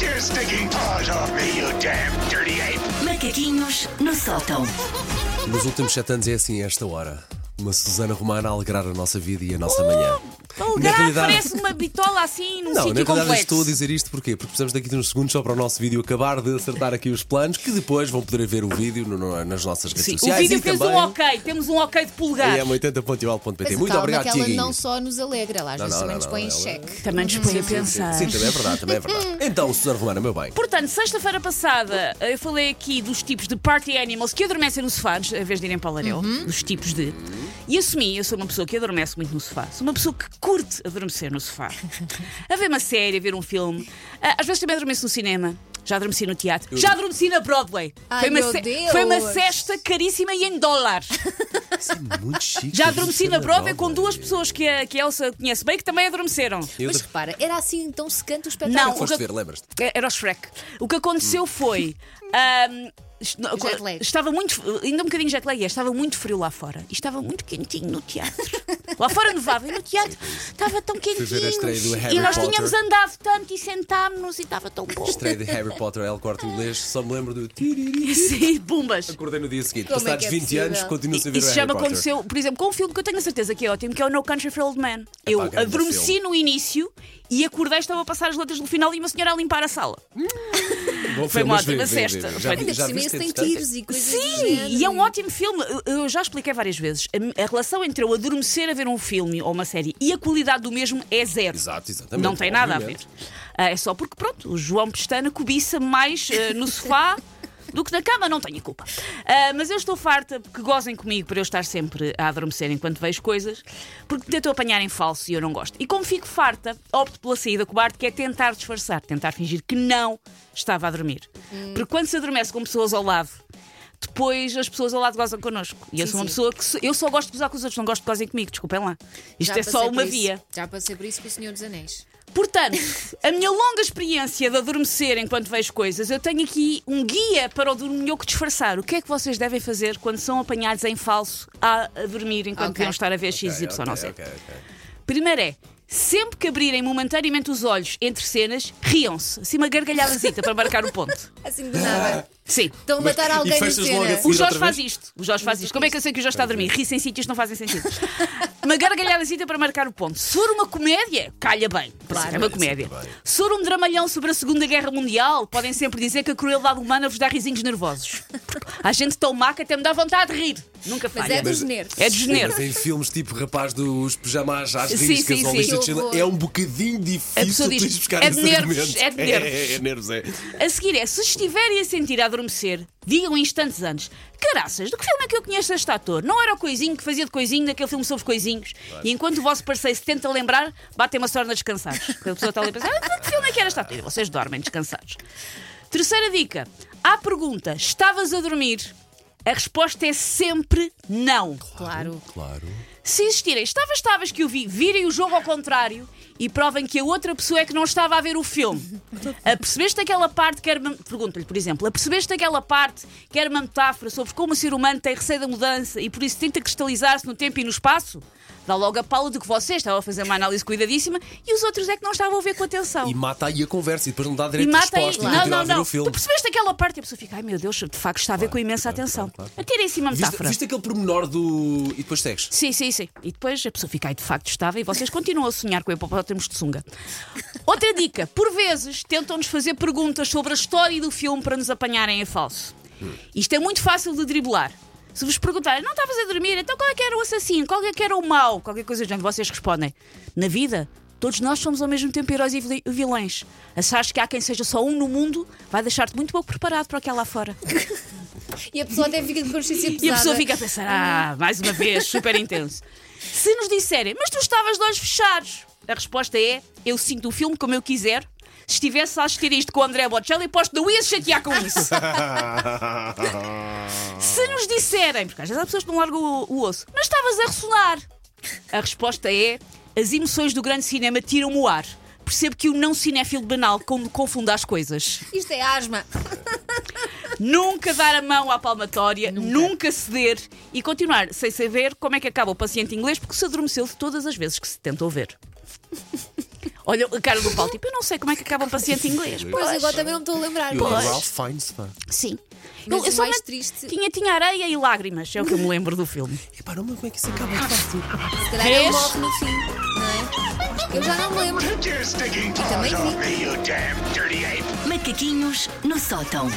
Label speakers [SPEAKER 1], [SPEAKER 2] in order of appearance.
[SPEAKER 1] your stinking paws off me, you damn dirty ape!
[SPEAKER 2] Macaquinhos no sótão.
[SPEAKER 3] Nos últimos sete anos é assim, a esta hora. Uma Susana Romana a alegrar a nossa vida e a nossa manhã.
[SPEAKER 4] Algarve parece uma bitola assim num
[SPEAKER 3] não, na
[SPEAKER 4] Oh, sítio
[SPEAKER 3] realidade
[SPEAKER 4] complexo.
[SPEAKER 3] estou a dizer isto porquê? porque precisamos daqui de uns segundos só para o nosso vídeo acabar de acertar aqui os planos, que depois vão poder ver o vídeo no- no- nas nossas redes
[SPEAKER 4] Sim, o
[SPEAKER 3] sociais
[SPEAKER 4] vídeo
[SPEAKER 3] e
[SPEAKER 4] fez
[SPEAKER 3] também é
[SPEAKER 4] um ok, temos um ok de
[SPEAKER 3] em
[SPEAKER 4] polegar.
[SPEAKER 3] m80.igual.pt.
[SPEAKER 5] Mas
[SPEAKER 3] Muito
[SPEAKER 5] calma,
[SPEAKER 3] obrigado,
[SPEAKER 5] que ela
[SPEAKER 3] Tiaguinho.
[SPEAKER 5] não só nos alegra, ela às
[SPEAKER 3] Não,
[SPEAKER 5] vezes
[SPEAKER 3] não,
[SPEAKER 5] também
[SPEAKER 3] não,
[SPEAKER 5] nos
[SPEAKER 3] não,
[SPEAKER 5] põe em
[SPEAKER 3] ela-
[SPEAKER 5] xeque.
[SPEAKER 4] Também nos põe a pensar.
[SPEAKER 3] Sim, também é verdade, também é verdade. Então, Susana Romana, meu bem.
[SPEAKER 4] Portanto, sexta-feira passada eh, eu falei aqui dos tipos de party animals que adormecem no sofá, em vez de irem para o larel, dos tipos de. E assumi, eu sou uma pessoa que adormece muito no sofá, sou uma pessoa que curte adormecer no sofá. a ver uma série, a ver um filme. Ah, Às vezes também adormeço no cinema. Já adormeci no teatro. Já adormeci na Broadway.
[SPEAKER 5] Ai,
[SPEAKER 4] foi, uma
[SPEAKER 5] meu Deus.
[SPEAKER 4] foi uma cesta caríssima e em dólares.
[SPEAKER 3] Isso é muito chique.
[SPEAKER 4] Já adormeci na
[SPEAKER 3] Susana
[SPEAKER 4] Broadway com
[SPEAKER 3] Romana.
[SPEAKER 4] duas pessoas que a, que a Elsa conhece bem que também adormeceram.
[SPEAKER 3] Eu
[SPEAKER 5] Mas
[SPEAKER 3] de-
[SPEAKER 5] repara, era assim tão
[SPEAKER 4] Não,
[SPEAKER 5] secante o espetáculo.
[SPEAKER 4] o
[SPEAKER 3] Foste
[SPEAKER 4] que-
[SPEAKER 3] ver, lembras-te?
[SPEAKER 4] É, Era o Shrek. O que
[SPEAKER 3] Hum.
[SPEAKER 4] aconteceu foi. ahm, est- não,
[SPEAKER 5] Jet lag.
[SPEAKER 4] Estava muito. Ainda um bocadinho jet lag, é, estava muito frio lá fora. E estava muito quentinho no teatro. lá fora nevava e no teatro estava tão
[SPEAKER 3] ver a
[SPEAKER 4] quentinho.
[SPEAKER 3] estreia do Harry
[SPEAKER 4] E nós
[SPEAKER 3] Potter.
[SPEAKER 4] tínhamos andado tanto e sentámos-nos e estava tão bom.
[SPEAKER 3] Estreia de Harry Potter El Corte Inglês, só me lembro do. tiriri.
[SPEAKER 4] Sim, bumbas.
[SPEAKER 3] Acordei no dia seguinte.
[SPEAKER 5] Como é que
[SPEAKER 3] Passados
[SPEAKER 5] é
[SPEAKER 3] 20 anos,
[SPEAKER 5] possível?
[SPEAKER 3] continuo sem ver o
[SPEAKER 4] Isso
[SPEAKER 3] Harry
[SPEAKER 4] já me
[SPEAKER 3] Potter.
[SPEAKER 4] aconteceu, por exemplo, com um filme que eu tenho a certeza que é ótimo, que é o No Country for Old Men. eu
[SPEAKER 3] grande
[SPEAKER 4] adormeci
[SPEAKER 3] filme.
[SPEAKER 4] no início e acordei, estava a passar as letras no final e uma senhora a limpar a sala.
[SPEAKER 3] Bom
[SPEAKER 4] Foi
[SPEAKER 3] filme,
[SPEAKER 4] uma
[SPEAKER 3] mas vê,
[SPEAKER 4] ótima
[SPEAKER 3] vê, vê,
[SPEAKER 4] cesta.
[SPEAKER 3] vê. Já vi-
[SPEAKER 5] Ainda
[SPEAKER 3] já
[SPEAKER 5] por cima
[SPEAKER 3] viste,
[SPEAKER 5] esse tem
[SPEAKER 3] entretanto?
[SPEAKER 5] tiros e coisas do
[SPEAKER 4] Sim,
[SPEAKER 5] género.
[SPEAKER 4] e é um ótimo filme. Eu eu já expliquei várias vezes. A, a relação entre eu adormecer a ver um filme ou uma série e a qualidade do mesmo é zero.
[SPEAKER 3] Exato, exatamente.
[SPEAKER 4] Não tem nada a ver.
[SPEAKER 3] obviamente.
[SPEAKER 4] Ah, é só porque, pronto, o João Pestana cobiça mais ah, no sofá. Do que na cama, não tenho culpa. Ah, mas eu estou farta que gozem comigo para eu estar sempre a adormecer enquanto vejo coisas, porque tentam apanhar em falso e eu não gosto. E como fico farta, opto pela saída cobarde, que é tentar disfarçar, tentar fingir que não estava a dormir.
[SPEAKER 5] Hum.
[SPEAKER 4] Porque quando se adormece com pessoas ao lado, depois as pessoas ao lado gozam connosco. E eu
[SPEAKER 5] Sim,
[SPEAKER 4] sou uma
[SPEAKER 5] sim.
[SPEAKER 4] pessoa que. sou- eu só gosto de gozar com os outros, não gosto de gozem comigo, desculpem lá. Isto
[SPEAKER 5] Já
[SPEAKER 4] é só
[SPEAKER 5] passei por
[SPEAKER 4] uma
[SPEAKER 5] isso.
[SPEAKER 4] via.
[SPEAKER 5] Já passei por isso com o Senhor dos Anéis.
[SPEAKER 4] Portanto, a minha longa experiência de adormecer enquanto vejo coisas, eu tenho aqui um guia para o dorminhoco disfarçar. O que é que vocês devem fazer quando são apanhados em falso a, a dormir enquanto
[SPEAKER 5] Ok.
[SPEAKER 4] deviam estar a ver XY
[SPEAKER 3] Ok,
[SPEAKER 4] ou Z?
[SPEAKER 3] ok, ok.
[SPEAKER 4] Primeiro é, sempre que abrirem momentaneamente os olhos entre cenas, riam-se. Assim uma gargalhadazita para marcar o ponto.
[SPEAKER 5] Assim de nada.
[SPEAKER 4] Sim.
[SPEAKER 5] Estão a matar
[SPEAKER 3] e
[SPEAKER 5] alguém na
[SPEAKER 3] fechas logo
[SPEAKER 5] cena.
[SPEAKER 3] a
[SPEAKER 4] O
[SPEAKER 3] Ir
[SPEAKER 4] Jorge
[SPEAKER 3] outra
[SPEAKER 4] faz
[SPEAKER 3] vez?
[SPEAKER 4] isto. O Jorge faz isto. Como é que eu sei que o Jorge está a dormir? Ri sem sítios não fazem sentido. Uma gargalhadazita para marcar o ponto. Se for uma comédia, calha bem. Claro, é uma comédia.
[SPEAKER 3] Sim, bem.
[SPEAKER 4] Se for um dramalhão sobre a Segunda Guerra Mundial, podem sempre dizer que a crueldade humana vos dá risinhos nervosos. Há gente tão má que até me dá vontade de rir. Nunca
[SPEAKER 5] Mas
[SPEAKER 4] falha.
[SPEAKER 5] é dos nervos.
[SPEAKER 4] É dos nervos.
[SPEAKER 3] Mas em filmes tipo Rapaz dos Pijamas às
[SPEAKER 4] Sim,
[SPEAKER 3] riscas
[SPEAKER 4] sim,
[SPEAKER 3] ou
[SPEAKER 4] sim.
[SPEAKER 3] lista de
[SPEAKER 5] Que
[SPEAKER 3] Schindler,
[SPEAKER 5] horror.
[SPEAKER 3] é um bocadinho
[SPEAKER 4] A
[SPEAKER 3] difícil
[SPEAKER 4] pessoa
[SPEAKER 3] tu
[SPEAKER 4] diz,
[SPEAKER 3] ires buscar
[SPEAKER 4] "É de
[SPEAKER 3] esse
[SPEAKER 4] nervos,
[SPEAKER 3] argumento."
[SPEAKER 4] é de nervos.
[SPEAKER 3] É, é, é nervos, é.
[SPEAKER 4] A seguir é, se estiverem a sentir a adormecer, digam instantes antes: Caraças, do que filme é que eu conheço este ator? Não era o coisinho que fazia de coisinho naquele filme sobre coisinhos? E enquanto o vosso parceiro se tenta lembrar, batem uma sorna descansados. Porque a pessoa está ali a pensar: ah, Que filme é que era este ator? E vocês dormem descansados. Terceira dica: à pergunta, estavas a dormir? A resposta é sempre não.
[SPEAKER 5] Claro.
[SPEAKER 3] Claro.
[SPEAKER 4] Se existirem, estavas, estavas que eu vi, virem o jogo ao contrário e provem que a outra pessoa é que não estava a ver o filme. Apercebeste aquela parte que era. uma- Pergunto-lhe, por exemplo, apercebeste aquela parte que era uma metáfora sobre como o ser humano tem receio da mudança e por isso tenta cristalizar-se no tempo e no espaço? Dá logo a pala de que você estava a fazer uma análise cuidadíssima e os outros é que não estavam a ver com atenção.
[SPEAKER 3] E mata aí a conversa e depois não dá
[SPEAKER 4] E
[SPEAKER 3] direito de
[SPEAKER 4] mata aí.
[SPEAKER 3] resposta e
[SPEAKER 4] Não,
[SPEAKER 3] continua a
[SPEAKER 4] não,
[SPEAKER 3] ver
[SPEAKER 4] não.
[SPEAKER 3] o
[SPEAKER 4] Tu
[SPEAKER 3] filme.
[SPEAKER 4] percebeste aquela parte e a pessoa fica, ai meu Deus, de facto está a ver com imensa atenção.
[SPEAKER 3] claro, claro.
[SPEAKER 4] Atirem-se uma
[SPEAKER 3] Viste,
[SPEAKER 4] metáfora.
[SPEAKER 3] viste aquele pormenor do. E depois segues.
[SPEAKER 4] Sim, sim, sim. E depois a pessoa fica aí de facto estava e vocês continuam a sonhar com hipopótamos de sunga. Outra dica: por vezes tentam-nos fazer perguntas sobre a história do filme para nos apanharem a falso. Isto é muito fácil de driblar. Se vos perguntarem, não estavas a dormir, então qual é que era o assassino, qual é que era o mau, qualquer coisa do género, vocês respondem: na vida, todos nós somos ao mesmo tempo heróis e vil- vilões. Achares que há quem seja só um no mundo, vai deixar-te muito pouco preparado para o que há lá fora.
[SPEAKER 5] E a pessoa até fica de consciência pesada.
[SPEAKER 4] E a pessoa fica a pensar, ah, mais uma vez, super intenso. Se nos disserem, mas tu estavas de olhos fechados, a resposta é: eu sinto o filme como eu quiser. Se estivesse a assistir isto com o André Bocelli, aposto que não ia se chatear com isso. Se nos disserem, porque às vezes há pessoas que não largam o, o osso, mas estavas a ressonar. A resposta é: as emoções do grande cinema tiram-me o ar. Percebo que o não cinéfilo banal como confunda as coisas.
[SPEAKER 5] Isto é asma.
[SPEAKER 4] Nunca dar a mão à palmatória, nunca. ceder e continuar sem saber como é que acaba o paciente inglês, porque se adormeceu de todas as vezes que se tentou ver. Olha a cara do Paulo, tipo, eu não sei como é que acaba um paciente inglês.
[SPEAKER 5] Pois agora também não me estou a lembrar.
[SPEAKER 3] E o
[SPEAKER 5] mas-
[SPEAKER 3] Ralph Fiennes, pá.
[SPEAKER 4] Sim.
[SPEAKER 5] Mas o
[SPEAKER 4] só
[SPEAKER 5] mais
[SPEAKER 4] me-
[SPEAKER 5] triste-
[SPEAKER 4] Tinha, tinha areia e lágrimas, é o que eu me lembro do filme.
[SPEAKER 3] Epá, não, mas como é que isso acaba
[SPEAKER 4] Ah,
[SPEAKER 3] fácil?
[SPEAKER 5] Se calhar ele
[SPEAKER 4] Vês?
[SPEAKER 5] morre no fim, não é? Eu já não me lembro.
[SPEAKER 1] Get your sticking paws
[SPEAKER 5] Também vi.
[SPEAKER 1] off me, you damn dirty ape!
[SPEAKER 2] Macaquinhos no sótão.